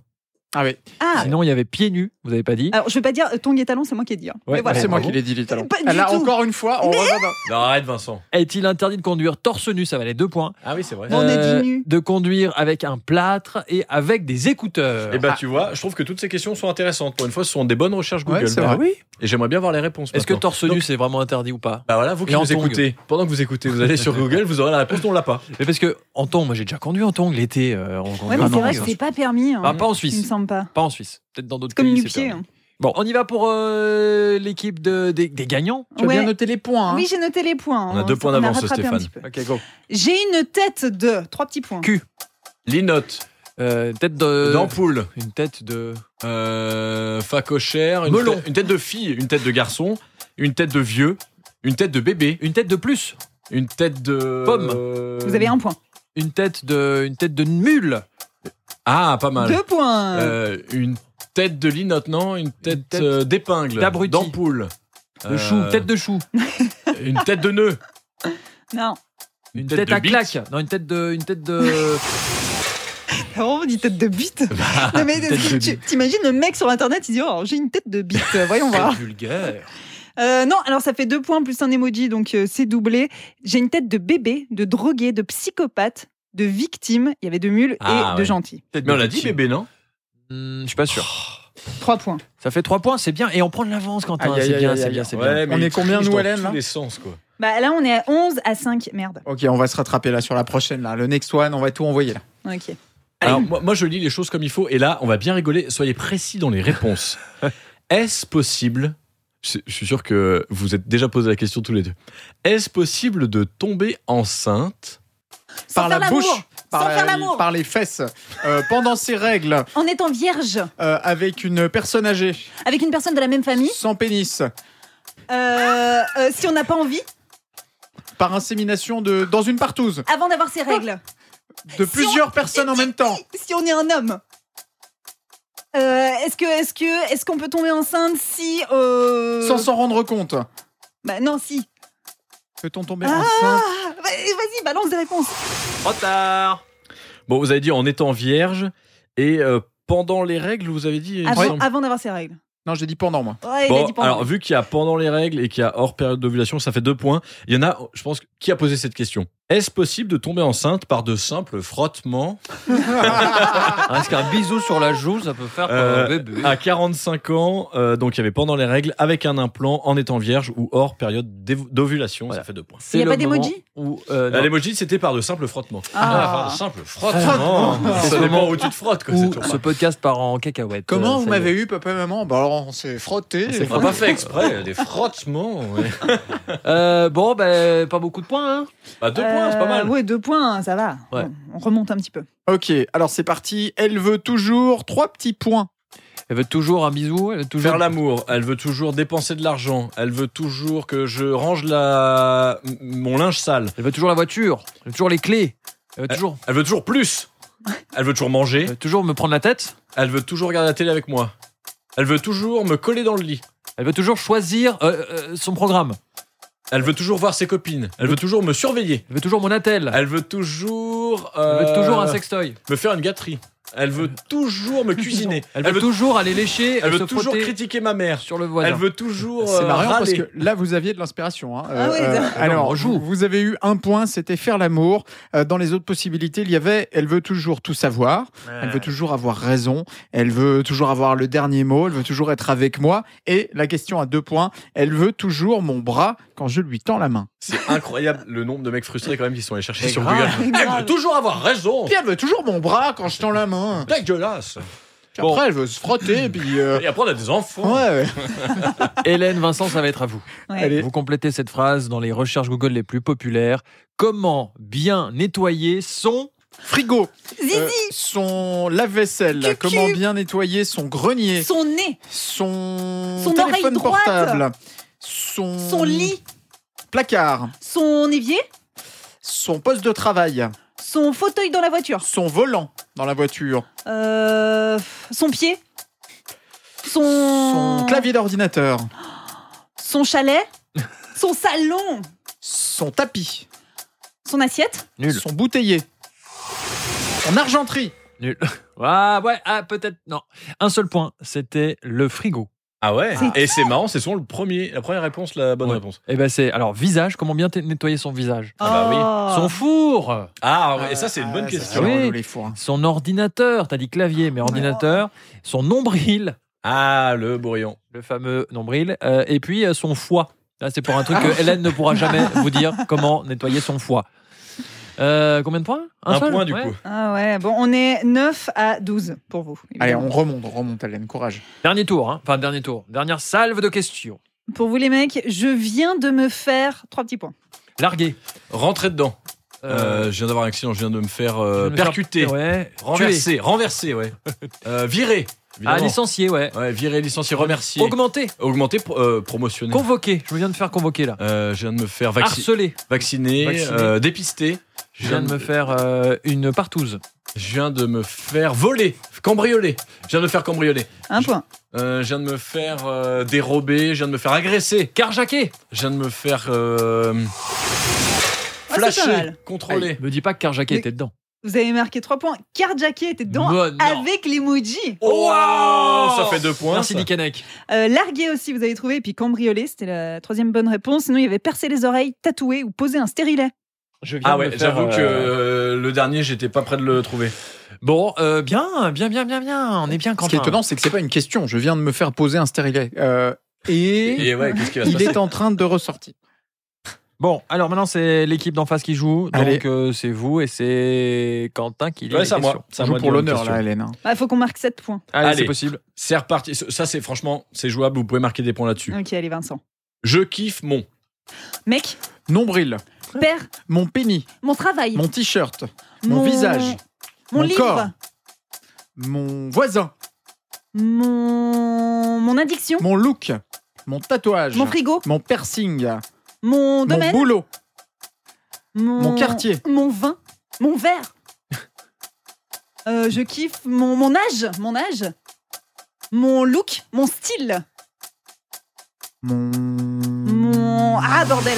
Speaker 4: Ah oui,
Speaker 1: Ah,
Speaker 2: Sinon, il y avait pieds nus, vous avez pas dit.
Speaker 1: alors je vais pas dire euh, tongue et talon, c'est moi qui ai dit. hein.
Speaker 2: Ouais,
Speaker 1: Mais voilà.
Speaker 4: c'est moi
Speaker 2: bravo.
Speaker 4: qui l'ai dit, les talons.
Speaker 1: Pas du
Speaker 4: Là,
Speaker 1: tout.
Speaker 4: encore une fois, on hein. revient dans-
Speaker 3: Non, Bah, arrête, Vincent.
Speaker 2: Est-il interdit de conduire torse nu Ça valait deux points. Euh,
Speaker 3: Ah oui, c'est vrai.
Speaker 1: Non. On a dit nu.
Speaker 2: De conduire avec un plâtre et avec des écouteurs.
Speaker 3: Et bah, tu vois, je trouve que toutes ces questions sont intéressantes. Pour une fois, ce sont des bonnes recherches
Speaker 4: Ouais,
Speaker 3: Google.
Speaker 4: c'est vrai.
Speaker 3: Et j'aimerais bien voir les réponses.
Speaker 2: Ah Est-ce que
Speaker 3: maintenant.
Speaker 2: torse nu, c'est vraiment interdit ou pas
Speaker 3: Bah voilà, vous qui
Speaker 2: Et en
Speaker 3: nous
Speaker 2: tongs.
Speaker 3: écoutez, pendant que vous écoutez, vous allez sur Google, vous aurez la réponse, on l'a pas.
Speaker 2: Mais parce que en tongs, moi j'ai déjà conduit en tongs l'été. euh, on
Speaker 1: Ouais,
Speaker 2: conduit
Speaker 1: mais
Speaker 2: en
Speaker 1: c'est vrai
Speaker 2: tongs.
Speaker 1: que c'est pas permis. hein.
Speaker 2: Bah, pas en
Speaker 1: Il me
Speaker 2: Suisse.
Speaker 1: semble pas.
Speaker 2: Pas en Suisse. Peut-être dans d'autres
Speaker 1: C'est comme hein.
Speaker 2: pays.
Speaker 1: du
Speaker 2: c'est
Speaker 1: pied.
Speaker 2: permis. Bon, on y va pour euh, l'équipe de, des, des gagnants.
Speaker 4: Tu as
Speaker 1: Ouais.
Speaker 4: bien noté les points. hein.
Speaker 1: Oui, j'ai noté les points.
Speaker 3: On a deux points
Speaker 1: on
Speaker 3: d'avance,
Speaker 1: rattrapé un
Speaker 3: Stéphane. Euh,
Speaker 1: petit peu.
Speaker 2: Ok, go.
Speaker 1: J'ai une tête de trois petits points.
Speaker 2: Cul.
Speaker 3: Linotte,
Speaker 2: Euh, tête de.
Speaker 3: d'ampoule,
Speaker 2: Une tête de.
Speaker 3: euh, facochère, une,
Speaker 2: Melon.
Speaker 3: tête- une tête de fille, une tête de garçon, une tête de vieux, une tête de bébé,
Speaker 2: Une tête de plus.
Speaker 3: une tête de.
Speaker 2: Pomme.
Speaker 3: Euh,
Speaker 1: Vous avez un point.
Speaker 2: Une tête de. Une tête de mule.
Speaker 3: Ah, pas mal.
Speaker 1: Deux points.
Speaker 3: Euh, une tête de linotte, non Une
Speaker 2: Une
Speaker 3: tête
Speaker 2: tête
Speaker 3: euh, d'épingle,
Speaker 2: d'abruti.
Speaker 3: d'ampoule,
Speaker 2: De
Speaker 3: Euh,
Speaker 2: chou. Tête de chou.
Speaker 3: une tête de nœud,
Speaker 1: Non.
Speaker 2: Une
Speaker 3: tête
Speaker 2: tête,
Speaker 3: de
Speaker 2: à
Speaker 3: bite.
Speaker 2: claque. Non, une tête de. Une tête de.
Speaker 1: Vraiment, on dit Oh, tête de bite. Non, mais
Speaker 2: tête de
Speaker 1: tu- tu- T'imagines le mec sur internet, il dit Oh, j'ai une tête de bite. Voyons voir.
Speaker 2: vulgaire.
Speaker 1: Euh, non, alors ça fait deux points plus un emoji, donc euh, c'est doublé. J'ai une tête de bébé, de drogué, de psychopathe, de victime. Il y avait de mule
Speaker 3: Ah,
Speaker 1: et
Speaker 3: ouais.
Speaker 1: de gentil.
Speaker 3: Mais on l'a dit, bébé, non
Speaker 2: Hmm, Je suis pas sûr.
Speaker 1: Trois points.
Speaker 2: Ça fait 3 points, c'est bien. Et on prend de l'avance, Quentin.
Speaker 4: Aïe, aïe,
Speaker 2: C'est
Speaker 4: aïe,
Speaker 2: bien,
Speaker 4: aïe,
Speaker 2: c'est
Speaker 4: aïe.
Speaker 2: bien, c'est
Speaker 3: Ouais,
Speaker 2: bien.
Speaker 3: mais
Speaker 4: On
Speaker 3: il
Speaker 4: est combien,
Speaker 3: triche
Speaker 4: nous,
Speaker 3: dans
Speaker 4: Hélène,
Speaker 3: tous
Speaker 4: là
Speaker 3: les sens, quoi.
Speaker 1: Bah là, on est à 11 à 5. Merde.
Speaker 4: Ok, on va se rattraper là sur la prochaine, là. le next one, on va tout envoyer là.
Speaker 1: Ok.
Speaker 3: Alors, moi, moi, je lis les choses comme il faut, et là, on va bien rigoler. Soyez précis dans les réponses. Est-ce possible je je suis sûr que vous êtes déjà posé la question tous les deux. Est-ce possible de tomber enceinte
Speaker 1: Sans
Speaker 4: par
Speaker 1: faire
Speaker 4: la bouche,
Speaker 1: l'amour.
Speaker 4: par,
Speaker 1: Sans faire
Speaker 4: la-
Speaker 1: l'amour.
Speaker 4: par les fesses, euh, pendant ses règles,
Speaker 1: En étant vierge,
Speaker 4: euh, avec une personne âgée,
Speaker 1: avec une personne de la même famille,
Speaker 4: sans pénis,
Speaker 1: euh, euh, si on n'a pas envie,
Speaker 4: par insémination de, dans une partouze,
Speaker 1: avant d'avoir ses règles.
Speaker 4: de plusieurs personnes en même temps.
Speaker 1: Si on est un homme. Euh, est-ce que est-ce que est-ce qu'on peut tomber enceinte si euh...
Speaker 4: Sans s'en rendre compte.
Speaker 1: bah non si
Speaker 4: Peut-on tomber
Speaker 1: Ah
Speaker 4: enceinte
Speaker 1: Ah, vas- vas-y balance des réponses
Speaker 2: Trop tard.
Speaker 3: Bon, vous avez dit en étant vierge et euh, pendant les règles, vous avez dit. il me
Speaker 1: avant,
Speaker 3: semble.
Speaker 1: avant d'avoir ses règles
Speaker 4: Non, j'ai dit pendant moi.
Speaker 1: ouais il a
Speaker 3: Bon,
Speaker 1: dit pendant.
Speaker 3: alors vu qu'il y a pendant les règles et qu'il y a hors période d'ovulation, ça fait deux points. Il y en a, je pense, qui a posé cette question. Est-ce possible de tomber enceinte par de simples frottements
Speaker 2: Hein, Parce qu'un bisou sur la joue, ça peut faire comme
Speaker 3: Euh,
Speaker 2: un bébé.
Speaker 3: à 45 ans, euh, donc il y avait pendant les règles, avec un implant, en étant vierge ou hors période d'évo- d'ovulation,
Speaker 2: Voilà.
Speaker 3: ça fait deux points.
Speaker 2: C'est
Speaker 1: y a
Speaker 2: le
Speaker 1: pas d'emoji
Speaker 2: moment où, euh,
Speaker 3: La
Speaker 2: non,
Speaker 3: L'emoji, c'était par de simples frottements.
Speaker 1: Ah.
Speaker 3: par de simples frottements.
Speaker 2: C'est
Speaker 3: Ça
Speaker 2: le
Speaker 3: dépend
Speaker 2: moment
Speaker 3: où tu te frottes, quoi.
Speaker 2: où
Speaker 3: c'est
Speaker 2: ce
Speaker 3: toujours
Speaker 2: podcast part en cacahuète.
Speaker 4: Comment
Speaker 2: Euh,
Speaker 4: vous
Speaker 2: ça y est.
Speaker 4: m'avez eu, papa et maman Bah alors, on s'est frotté.
Speaker 2: s'est
Speaker 3: pas- On n'a pas fait exprès, des frottements. ouais.
Speaker 2: Euh, bon, ben, pas beaucoup de points. Hein.
Speaker 3: Bah, deux points, c'est pas mal.
Speaker 1: Euh, ouais deux points ça va
Speaker 2: Ouais.
Speaker 1: Bon, on remonte un petit peu
Speaker 4: Ok, alors c'est parti. Elle veut toujours trois petits points.
Speaker 2: Elle veut toujours un bisou. Elle veut toujours.
Speaker 3: Faire l'amour, elle veut toujours dépenser de l'argent, elle veut toujours que je range la... m- mon linge sale,
Speaker 2: Elle veut toujours la voiture. Elle veut toujours les clés. Elle veut toujours.
Speaker 3: elle veut toujours plus, elle veut toujours manger,
Speaker 2: elle veut toujours me prendre la tête.
Speaker 3: elle veut toujours regarder la télé avec moi, elle veut toujours me coller dans le lit,
Speaker 2: Elle veut toujours choisir euh, euh, son programme.
Speaker 3: Elle veut toujours voir ses copines. Elle veut toujours me surveiller.
Speaker 2: Elle veut toujours mon attel.
Speaker 3: Elle veut toujours.
Speaker 2: Elle veut
Speaker 3: euh,
Speaker 2: toujours un sextoy.
Speaker 3: Me faire une gâterie. Elle veut toujours me cuisiner.
Speaker 2: Elle veut toujours aller lécher.
Speaker 3: elle veut
Speaker 2: se
Speaker 3: toujours
Speaker 2: frotter
Speaker 3: critiquer ma mère.
Speaker 2: sur le voisin.
Speaker 3: Elle veut toujours.
Speaker 4: C'est
Speaker 3: euh,
Speaker 4: marrant parce
Speaker 3: râler.
Speaker 4: que là, vous aviez de l'inspiration. hein.
Speaker 1: Ah oui, d'accord.
Speaker 2: Non, on
Speaker 4: alors,
Speaker 2: rejoue.
Speaker 4: vous, vous avez eu un point, c'était faire l'amour. Euh, dans les autres possibilités, il y avait elle veut toujours tout savoir, elle veut toujours avoir raison, elle veut toujours avoir le dernier mot, elle veut toujours être avec moi. Et la question à deux points, elle veut toujours mon bras quand je lui tends la main.
Speaker 3: C'est incroyable le nombre de mecs frustrés quand même qui sont allés chercher
Speaker 2: Mais
Speaker 3: sur
Speaker 2: grave.
Speaker 3: Google. Elle veut
Speaker 1: grave.
Speaker 3: toujours avoir raison.
Speaker 4: Puis elle veut toujours mon bras quand je tends la main.
Speaker 3: Dégueulasse.
Speaker 4: Puis après, elle veut se frotter, puis. euh,
Speaker 3: Et après, on a des enfants.
Speaker 4: Ouais, ouais.
Speaker 2: Hélène, Vincent, ça va être à vous.
Speaker 1: Ouais.
Speaker 4: Allez.
Speaker 2: Vous complétez cette phrase dans les recherches Google les plus populaires. Comment bien nettoyer son
Speaker 4: Frigo,
Speaker 1: Zizi
Speaker 4: euh, son lave-vaisselle,
Speaker 1: Cucu.
Speaker 4: comment bien nettoyer son grenier.
Speaker 1: son nez
Speaker 4: son,
Speaker 1: Son oreille
Speaker 4: téléphone
Speaker 1: droite.
Speaker 4: portable, son,
Speaker 1: son lit
Speaker 4: placard,
Speaker 1: son évier
Speaker 4: son poste de travail,
Speaker 1: son fauteuil dans la voiture
Speaker 4: son volant dans la voiture,
Speaker 1: Euh, son pied son
Speaker 4: son clavier d'ordinateur,
Speaker 1: son chalet son salon
Speaker 4: son tapis,
Speaker 1: son assiette
Speaker 2: nul
Speaker 4: son bouteiller, son argenterie,
Speaker 2: Nul. Ah ouais, ah peut-être non. Un seul point, c'était le frigo.
Speaker 3: Ah ouais
Speaker 1: C'est
Speaker 3: Et c'est marrant, c'est souvent le premier, la première réponse, la bonne
Speaker 2: Ouais.
Speaker 3: réponse.
Speaker 2: Et ben c'est alors visage, comment bien t- nettoyer son visage
Speaker 1: Oh.
Speaker 3: bah
Speaker 2: Son four,
Speaker 3: Ah, ouais, et ça, c'est une bonne
Speaker 4: Ah, ça,
Speaker 3: question.
Speaker 4: c'est
Speaker 2: Oui.
Speaker 4: relou, les fours.
Speaker 2: son ordinateur, t'as dit clavier mais ordinateur, son nombril,
Speaker 3: Ah, le bourrillon.
Speaker 2: le fameux nombril euh, et puis euh, son foie. Là, c'est pour un truc que Hélène ne pourra jamais vous dire comment nettoyer son foie. Euh, combien de points
Speaker 3: Un,
Speaker 2: seul
Speaker 3: point, du
Speaker 2: Ouais.
Speaker 3: coup.
Speaker 1: Ah ouais, bon, on est 9 à 12 pour vous.
Speaker 4: Allez,
Speaker 1: évidemment.
Speaker 4: on remonte, on remonte, Hélène, courage.
Speaker 2: Dernier tour, hein. enfin dernier tour, dernière salve de questions.
Speaker 1: Pour vous les mecs, je viens de me faire trois petits points.
Speaker 2: Largué.
Speaker 3: Rentrer dedans.
Speaker 2: Euh,
Speaker 3: Euh, je viens d'avoir un accident, je viens de me faire euh,
Speaker 2: je vais me faire-
Speaker 3: percuter.
Speaker 2: Ouais. Tuer.
Speaker 3: Renverser, renverser, ouais. Euh, virer.
Speaker 2: Ah,
Speaker 3: évidemment.
Speaker 2: licencié, ouais.
Speaker 3: Ouais, virer, licencier, remercier.
Speaker 2: Augmenté.
Speaker 3: Augmenter, pro- euh, promotionner.
Speaker 2: Convoqué. Je me viens de faire convoquer là.
Speaker 3: Euh, je viens de me faire vacci-
Speaker 2: Harcelé.
Speaker 3: vacciner,
Speaker 2: Vacciner.
Speaker 3: euh, dépister.
Speaker 2: Je viens de me faire euh, une partouze.
Speaker 3: Je viens de me faire voler, cambrioler. Je viens de me faire cambrioler.
Speaker 1: Un
Speaker 3: Je-
Speaker 1: point. Ah,
Speaker 3: Euh, je viens de me faire euh, dérober. Je viens de me faire agresser.
Speaker 2: Carjaqué.
Speaker 3: Je viens de me faire euh,
Speaker 1: Ah, c'est pas
Speaker 3: flasher,
Speaker 1: mal.
Speaker 3: contrôler.
Speaker 2: Me dis pas que Carjaqué
Speaker 1: Mais-
Speaker 2: était dedans.
Speaker 1: Vous avez marqué trois points. Carjacké était dedans
Speaker 2: Bon, non.
Speaker 1: avec l'emoji.
Speaker 3: Wow, Oh, ça fait deux points.
Speaker 2: Merci
Speaker 3: ça.
Speaker 2: Dikanek.
Speaker 1: Euh, largué aussi, vous avez trouvé. Et puis cambriolé, c'était la troisième bonne réponse. Sinon, il y avait percé les oreilles, tatoué ou posé un stérilet.
Speaker 2: Je viens
Speaker 3: Ah
Speaker 2: de me
Speaker 3: ouais,
Speaker 2: faire,
Speaker 3: j'avoue que
Speaker 2: euh,
Speaker 3: euh, le dernier, j'étais pas prêt de le trouver.
Speaker 2: Bon, euh, bien, bien, bien, bien, bien. On est bien quand
Speaker 4: Ce qui est étonnant, c'est que c'est pas une question. Je viens de me faire poser un stérilet. Euh, et
Speaker 3: Et ouais, qu'est-ce qui va se
Speaker 4: il
Speaker 3: passer
Speaker 4: est en train de ressortir.
Speaker 2: Bon, alors maintenant c'est l'équipe d'en face qui joue.
Speaker 4: Allez.
Speaker 2: Donc euh, c'est vous et c'est Quentin qui lit
Speaker 3: Ouais,
Speaker 2: les
Speaker 3: c'est à moi.
Speaker 2: questions.
Speaker 3: C'est
Speaker 4: Ça
Speaker 3: à moi
Speaker 4: joue
Speaker 3: de
Speaker 4: pour
Speaker 3: dire une
Speaker 4: l'honneur,
Speaker 3: question.
Speaker 4: là, Hélène. hein.
Speaker 1: Il Bah, faut qu'on marque sept points.
Speaker 2: Allez,
Speaker 3: Allez.
Speaker 2: c'est possible.
Speaker 3: C'est reparti. Ça, c'est franchement, c'est jouable. Vous pouvez marquer des points là-dessus.
Speaker 1: Ok, allez, Vincent.
Speaker 3: Je kiffe mon.
Speaker 1: Mec,
Speaker 4: Nombril,
Speaker 1: père,
Speaker 4: mon pénis,
Speaker 1: mon travail,
Speaker 4: mon t-shirt, mon, visage,
Speaker 1: mon,
Speaker 4: mon
Speaker 1: livre,
Speaker 4: corps. mon voisin,
Speaker 1: mon, mon addiction,
Speaker 4: mon look, mon tatouage,
Speaker 1: mon, frigo,
Speaker 4: mon piercing,
Speaker 1: mon
Speaker 4: mon
Speaker 1: domaine,
Speaker 4: boulot, mon quartier.
Speaker 1: mon vin, mon verre. Euh, je kiffe mon, mon âge, mon âge, mon look, mon style,
Speaker 4: mon...
Speaker 1: mon ah bordel.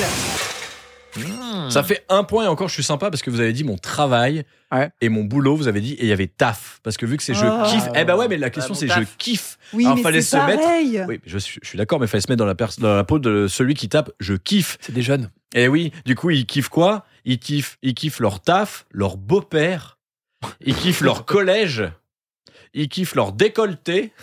Speaker 3: Ça fait un point et encore, je suis sympa parce que vous avez dit mon travail
Speaker 4: Ouais.
Speaker 3: et mon boulot. Vous avez dit et il y avait taf parce que vu que c'est je
Speaker 1: Ah.
Speaker 3: kiffe. Eh ben ouais, mais la question
Speaker 2: mon
Speaker 3: c'est je
Speaker 2: taf.
Speaker 3: kiffe.
Speaker 1: Oui,
Speaker 4: Ah,
Speaker 3: Alors,
Speaker 1: mais
Speaker 3: fallait
Speaker 1: c'est
Speaker 3: se mettre-
Speaker 1: pareil.
Speaker 2: Ah.
Speaker 3: Oui, je, suis- je suis d'accord, mais il fallait se mettre dans la, pers- dans la peau de celui qui tape je kiffe.
Speaker 2: C'est des jeunes.
Speaker 3: Et oui, du coup, ils kiffent quoi Ils kiffent, ils kiffent leur taf, leur beau-père, ils kiffent leur collège, ils kiffent leur décolleté,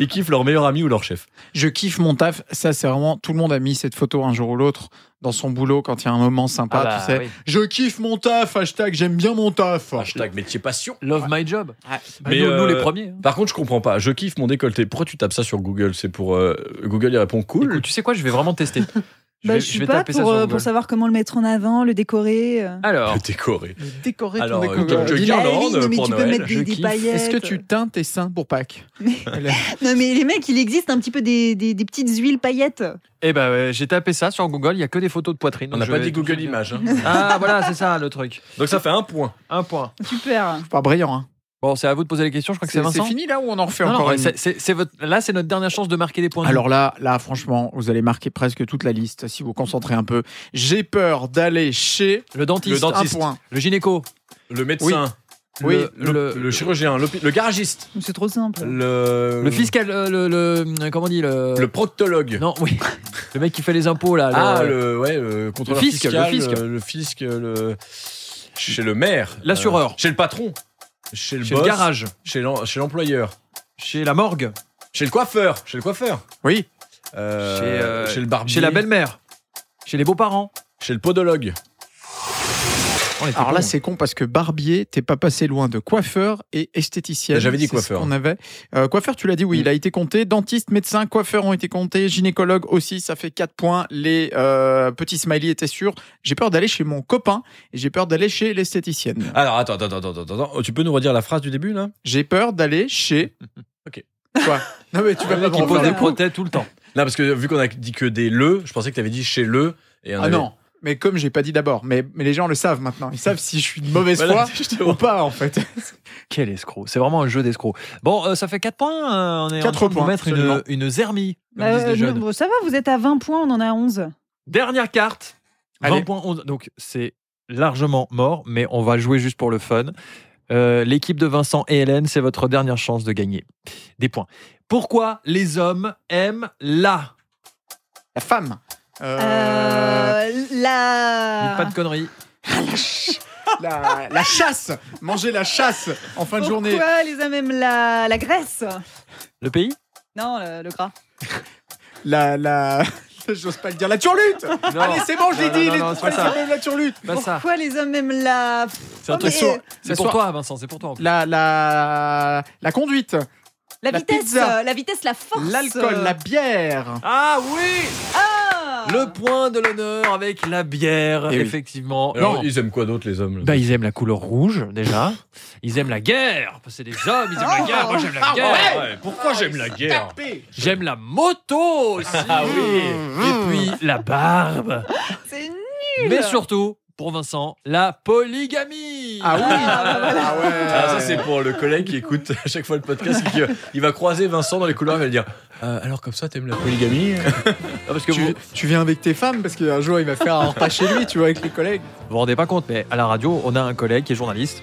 Speaker 3: ils kiffent leur meilleur ami ou leur chef.
Speaker 4: Je kiffe mon taf. Ça, c'est vraiment... Tout le monde a mis cette photo un jour ou l'autre dans son boulot quand il y a un moment
Speaker 3: Ah,
Speaker 4: sympa,
Speaker 2: bah,
Speaker 4: tu sais.
Speaker 2: oui.
Speaker 4: Je kiffe mon taf, hashtag j'aime bien mon taf.
Speaker 3: Hashtag métier passion.
Speaker 2: Love my job. Bah,
Speaker 3: Mais,
Speaker 2: nous, nous,
Speaker 3: euh,
Speaker 2: les premiers. hein.
Speaker 3: Par contre, je comprends pas. Je kiffe mon décolleté. Pourquoi tu tapes ça sur Google C'est pour euh, Google, il répond cool.
Speaker 2: Écoute, tu sais quoi, je vais vraiment tester. je,
Speaker 1: Bah, je suis pas pour, euh,
Speaker 2: Google.
Speaker 1: pour savoir comment le mettre en avant, le décorer. euh.
Speaker 2: Alors,
Speaker 3: Le décoré.
Speaker 4: Décorer
Speaker 3: Alors,
Speaker 4: ton
Speaker 3: euh, Tom
Speaker 4: décollage.
Speaker 3: Joy
Speaker 4: Dis-moi,
Speaker 3: Garland
Speaker 1: oui, non, mais
Speaker 3: pour
Speaker 1: tu peux
Speaker 3: Noël.
Speaker 1: mettre
Speaker 2: je
Speaker 1: des, des
Speaker 2: kiffe.
Speaker 1: paillettes.
Speaker 4: Est-ce que tu teintes tes seins pour Pâques Hélène
Speaker 1: Non mais les mecs, il existe un petit peu des, des- des petites huiles paillettes.
Speaker 2: eh ben, ouais, j'ai tapé ça sur Google, il n'y a que des photos de poitrine.
Speaker 3: On
Speaker 2: donc
Speaker 3: n'a
Speaker 2: je
Speaker 3: pas
Speaker 2: vais
Speaker 3: dit
Speaker 2: tout
Speaker 3: Google
Speaker 2: faire.
Speaker 3: Images. hein.
Speaker 2: Ah, voilà, c'est ça le truc.
Speaker 3: Donc ça fait un point.
Speaker 2: Un point.
Speaker 1: Super.
Speaker 4: Pas brillant, hein.
Speaker 2: Bon, c'est à vous de poser les questions, je crois que c'est
Speaker 4: C'est c'est
Speaker 2: Vincent.
Speaker 4: fini là ou on en refait
Speaker 2: Non, non,
Speaker 4: encore une
Speaker 2: c'est- c'est- c'est votre- Là, c'est notre dernière chance de marquer des points. de
Speaker 4: Alors là, là, franchement, vous allez marquer presque toute la liste si vous vous concentrez un peu. J'ai peur d'aller chez
Speaker 2: vue. le dentiste,
Speaker 3: le dentiste.
Speaker 4: un point.
Speaker 2: le gynéco,
Speaker 3: Le médecin,
Speaker 4: Oui,
Speaker 3: le, le chirurgien, l'hôpi- le garagiste,
Speaker 1: C'est trop simple.
Speaker 3: le,
Speaker 2: le fiscal, euh, le, le- comment on dit le,
Speaker 3: le proctologue.
Speaker 2: non, oui, le mec qui fait les impôts là.
Speaker 3: Ah, le, ouais, le contrôleur
Speaker 2: fisc, le
Speaker 3: fiscal,
Speaker 2: fisc.
Speaker 3: le fisc, le- chez le maire,
Speaker 2: L'assureur.
Speaker 3: euh, chez le patron, chez le
Speaker 2: chez
Speaker 3: boss,
Speaker 2: le garage,
Speaker 3: chez l'en- chez l'employeur,
Speaker 2: chez la morgue,
Speaker 3: chez le coiffeur, chez le coiffeur,
Speaker 4: Oui,
Speaker 3: euh,
Speaker 2: Chez, euh,
Speaker 3: le barbier,
Speaker 2: chez la belle-mère, chez les beaux-parents. Oh,
Speaker 3: chez le podologue.
Speaker 2: On
Speaker 3: Ah
Speaker 2: était
Speaker 4: alors là
Speaker 2: bons.
Speaker 4: c'est con parce que barbier, t'es pas passé loin de coiffeur et esthéticienne.
Speaker 3: Mais j'avais dit
Speaker 4: C'est ce
Speaker 3: coiffeur.
Speaker 4: qu'on avait. Euh, coiffeur, tu l'as dit, oui,
Speaker 3: Mm.
Speaker 4: il a été compté. Dentiste, médecin, coiffeur ont été comptés. Gynécologue aussi, ça fait 4 points. Les euh, petits smileys étaient sûrs. J'ai peur d'aller chez mon copain et j'ai peur d'aller chez l'esthéticienne.
Speaker 3: Alors attends, attends, attends, attends, attends. Oh, Tu peux nous redire la phrase du début là
Speaker 4: J'ai peur d'aller chez.
Speaker 3: Ok.
Speaker 4: Quoi Non mais tu vas pas
Speaker 2: qui
Speaker 4: me
Speaker 2: pose
Speaker 4: refaire
Speaker 2: des
Speaker 4: le coup.
Speaker 2: prothèses tout le temps.
Speaker 3: Non, parce que vu qu'on a dit que des le, je pensais que tu avais dit chez le. Et on
Speaker 4: Ah
Speaker 3: avait-
Speaker 4: non, mais comme j'ai pas dit d'abord, mais, mais les gens le savent maintenant. Ils savent si je suis de mauvaise
Speaker 3: Voilà,
Speaker 4: foi ou
Speaker 3: justement.
Speaker 4: pas en fait.
Speaker 2: Quel escroc C'est vraiment un jeu d'escroc. Bon, euh, ça fait 4 points. euh, on est
Speaker 4: Quatre
Speaker 2: en train de vous
Speaker 4: points,
Speaker 2: mettre une,
Speaker 4: absolument.
Speaker 2: une zermie. comme
Speaker 1: Bah,
Speaker 2: disent les
Speaker 1: euh,
Speaker 2: jeunes.
Speaker 1: non, bon, ça va, vous êtes à 20 points, on en a 11.
Speaker 2: Dernière carte.
Speaker 4: Allez.
Speaker 2: 20.11. Donc c'est largement mort, mais on va jouer juste pour le fun. Euh, L'équipe de Vincent et Hélène, c'est votre dernière chance de gagner des points. Pourquoi les hommes aiment la
Speaker 4: La femme. Euh,
Speaker 1: Euh, la.
Speaker 2: Pas
Speaker 1: Ah.
Speaker 2: de conneries.
Speaker 4: La, la chasse. Manger la chasse en fin de
Speaker 1: Pourquoi
Speaker 4: journée.
Speaker 1: les hommes aiment la, la graisse
Speaker 2: Le pays
Speaker 1: Non, le, le gras.
Speaker 4: La la. J'ose pas le dire. La turlute.
Speaker 2: Non.
Speaker 4: Allez, c'est bon, je l'ai
Speaker 2: Non, non,
Speaker 4: dit.
Speaker 2: non,
Speaker 4: les-
Speaker 2: non, c'est pas ça.
Speaker 4: La turlute.
Speaker 2: Pas ça.
Speaker 1: Pourquoi les hommes aiment la.
Speaker 2: C'est un
Speaker 1: Oh, mais-
Speaker 2: truc sourd.
Speaker 4: la
Speaker 2: C'est pour
Speaker 4: soir-
Speaker 2: toi, Vincent, c'est pour toi. en plus.
Speaker 4: La la la conduite.
Speaker 1: La,
Speaker 4: La
Speaker 1: vitesse,
Speaker 4: pizza.
Speaker 1: euh, la vitesse, la force.
Speaker 4: L'alcool,
Speaker 1: euh,
Speaker 4: la bière.
Speaker 2: Ah oui
Speaker 1: Ah
Speaker 2: Le point de l'honneur avec la bière,
Speaker 3: Eh oui.
Speaker 2: effectivement.
Speaker 3: Alors,
Speaker 2: Non.
Speaker 3: ils aiment quoi d'autre, les hommes là
Speaker 2: Bah, ils aiment la couleur rouge, déjà. Ils aiment la guerre, parce que c'est des hommes, ils aiment la guerre. Moi, j'aime la guerre.
Speaker 3: Oh, ouais, Pourquoi j'aime la guerre
Speaker 2: J'aime la moto aussi.
Speaker 3: Ah oui
Speaker 2: Et puis, la barbe.
Speaker 1: C'est nul.
Speaker 2: Mais surtout, pour Vincent, la polygamie.
Speaker 4: Ah oui.
Speaker 1: Ah, bah,
Speaker 4: Ah ouais.
Speaker 3: Ah, ça, c'est pour le collègue qui écoute à chaque fois le podcast. qui- euh, il va croiser Vincent dans les couloirs et va lui dire Euh, Alors, comme ça, t'aimes la polygamie
Speaker 2: Ah, parce que
Speaker 4: tu,
Speaker 2: vous
Speaker 4: tu viens avec tes femmes parce qu'un jour il va faire un repas chez lui, tu vois, avec les collègues.
Speaker 2: vous vous rendez pas compte, mais à la radio, on a un collègue qui est journaliste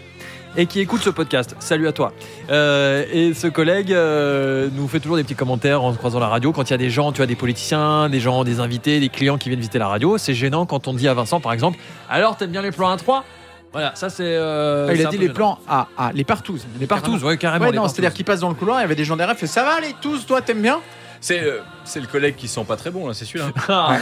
Speaker 2: et qui écoute ce podcast. Salut à toi. Euh, et ce collègue euh, nous fait toujours des petits commentaires en se croisant la radio. Quand il y a des gens, tu as des politiciens, des gens, des invités, des clients qui viennent visiter la radio, c'est gênant quand on dit à Vincent, par exemple, alors t'aimes bien les plans 1 3 Voilà, ça c'est. euh,
Speaker 4: Ah, il
Speaker 2: c'est
Speaker 4: a
Speaker 2: un
Speaker 4: dit
Speaker 2: peu
Speaker 4: les
Speaker 2: gênant.
Speaker 4: plans à ah, les partous.
Speaker 2: Les partous, ouais, carrément.
Speaker 4: Ouais,
Speaker 2: les
Speaker 4: non,
Speaker 2: partous.
Speaker 4: c'est-à-dire qu'il passe dans le couloir, il y avait des gens derrière, il fait ça va les tous, toi t'aimes bien
Speaker 3: C'est euh, c'est le collègue qui sent pas très bon, là, c'est celui-là.
Speaker 2: Ah,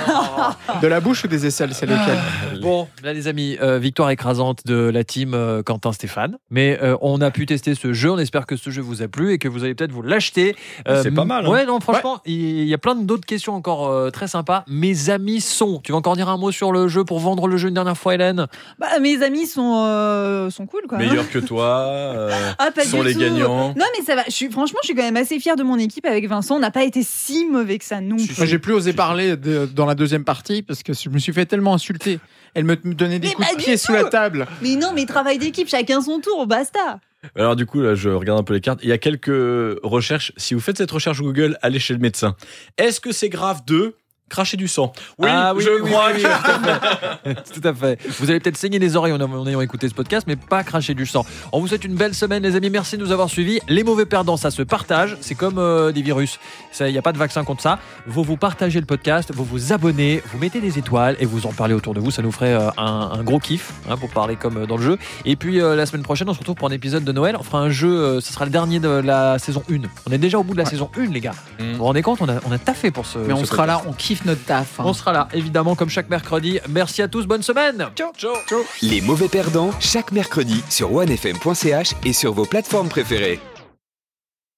Speaker 4: De la bouche ou des aisselles, c'est lequel
Speaker 2: Bon, là les amis, euh, victoire écrasante de la team euh, Quentin Stéphane. Mais euh, on a pu tester ce jeu. On espère que ce jeu vous a plu et que vous allez peut-être vous l'acheter. Euh,
Speaker 3: C'est pas mal, hein.
Speaker 2: Ouais, non, franchement, il y a plein d'autres questions encore euh, très sympas. Mes amis sont. Tu vas encore dire un mot sur le jeu pour vendre le jeu une dernière fois, Hélène
Speaker 1: Bah, mes amis sont, euh, sont cool quoi.
Speaker 3: Meilleur que toi, euh,
Speaker 1: Ah, pas
Speaker 3: sont
Speaker 1: du
Speaker 3: les
Speaker 1: tout.
Speaker 3: gagnants.
Speaker 1: Non mais ça va. Je suis, franchement, je suis quand même assez fière de mon équipe avec Vincent. On n'a pas été si mauvais que ça non plus.
Speaker 4: J'ai plus osé parler de- dans la deuxième partie parce que je me suis fait tellement insulter. Elle me me donnait des
Speaker 1: Mais
Speaker 4: coups
Speaker 1: pas
Speaker 4: de
Speaker 1: du
Speaker 4: pied sous la
Speaker 1: tout.
Speaker 4: table.
Speaker 1: Mais non, mais travail d'équipe, chacun son tour, basta.
Speaker 3: Alors du coup, là, je regarde un peu les cartes. Il y a quelques recherches. Si vous faites cette recherche Google, allez chez le médecin. Est-ce que c'est grave de cracher du sang Oui,
Speaker 2: Ah, oui,
Speaker 3: je
Speaker 2: oui, oui,
Speaker 3: crois.
Speaker 2: oui,
Speaker 3: que-
Speaker 2: Tout à fait. Vous allez peut-être saigner les oreilles en, en ayant écouté ce podcast, mais pas cracher du sang. On vous souhaite une belle semaine, les amis. Merci de nous avoir suivis. Les mauvais perdants, ça se partage. C'est comme euh, des virus. Il n'y a pas de vaccin contre ça. Vous vous partagez le podcast, vous vous abonnez, vous mettez des étoiles et vous en parlez autour de vous. Ça nous ferait euh, un, un gros kiff hein, pour parler comme euh, dans le jeu. Et puis euh, la semaine prochaine, on se retrouve pour un épisode de Noël. On fera un jeu, euh, ce sera le dernier de la saison 1. On est déjà au bout de la saison 1, les gars. Vous vous rendez compte, on a, on a taffé pour ce.
Speaker 4: Mm. Mais on
Speaker 2: ce
Speaker 4: sera
Speaker 2: podcast.
Speaker 4: là, on kiffe notre taf. hein.
Speaker 2: On sera là, évidemment, comme chaque mercredi. Merci à tous, bonne semaine
Speaker 5: Les mauvais perdants, chaque mercredi sur onefm.ch et sur vos plateformes préférées.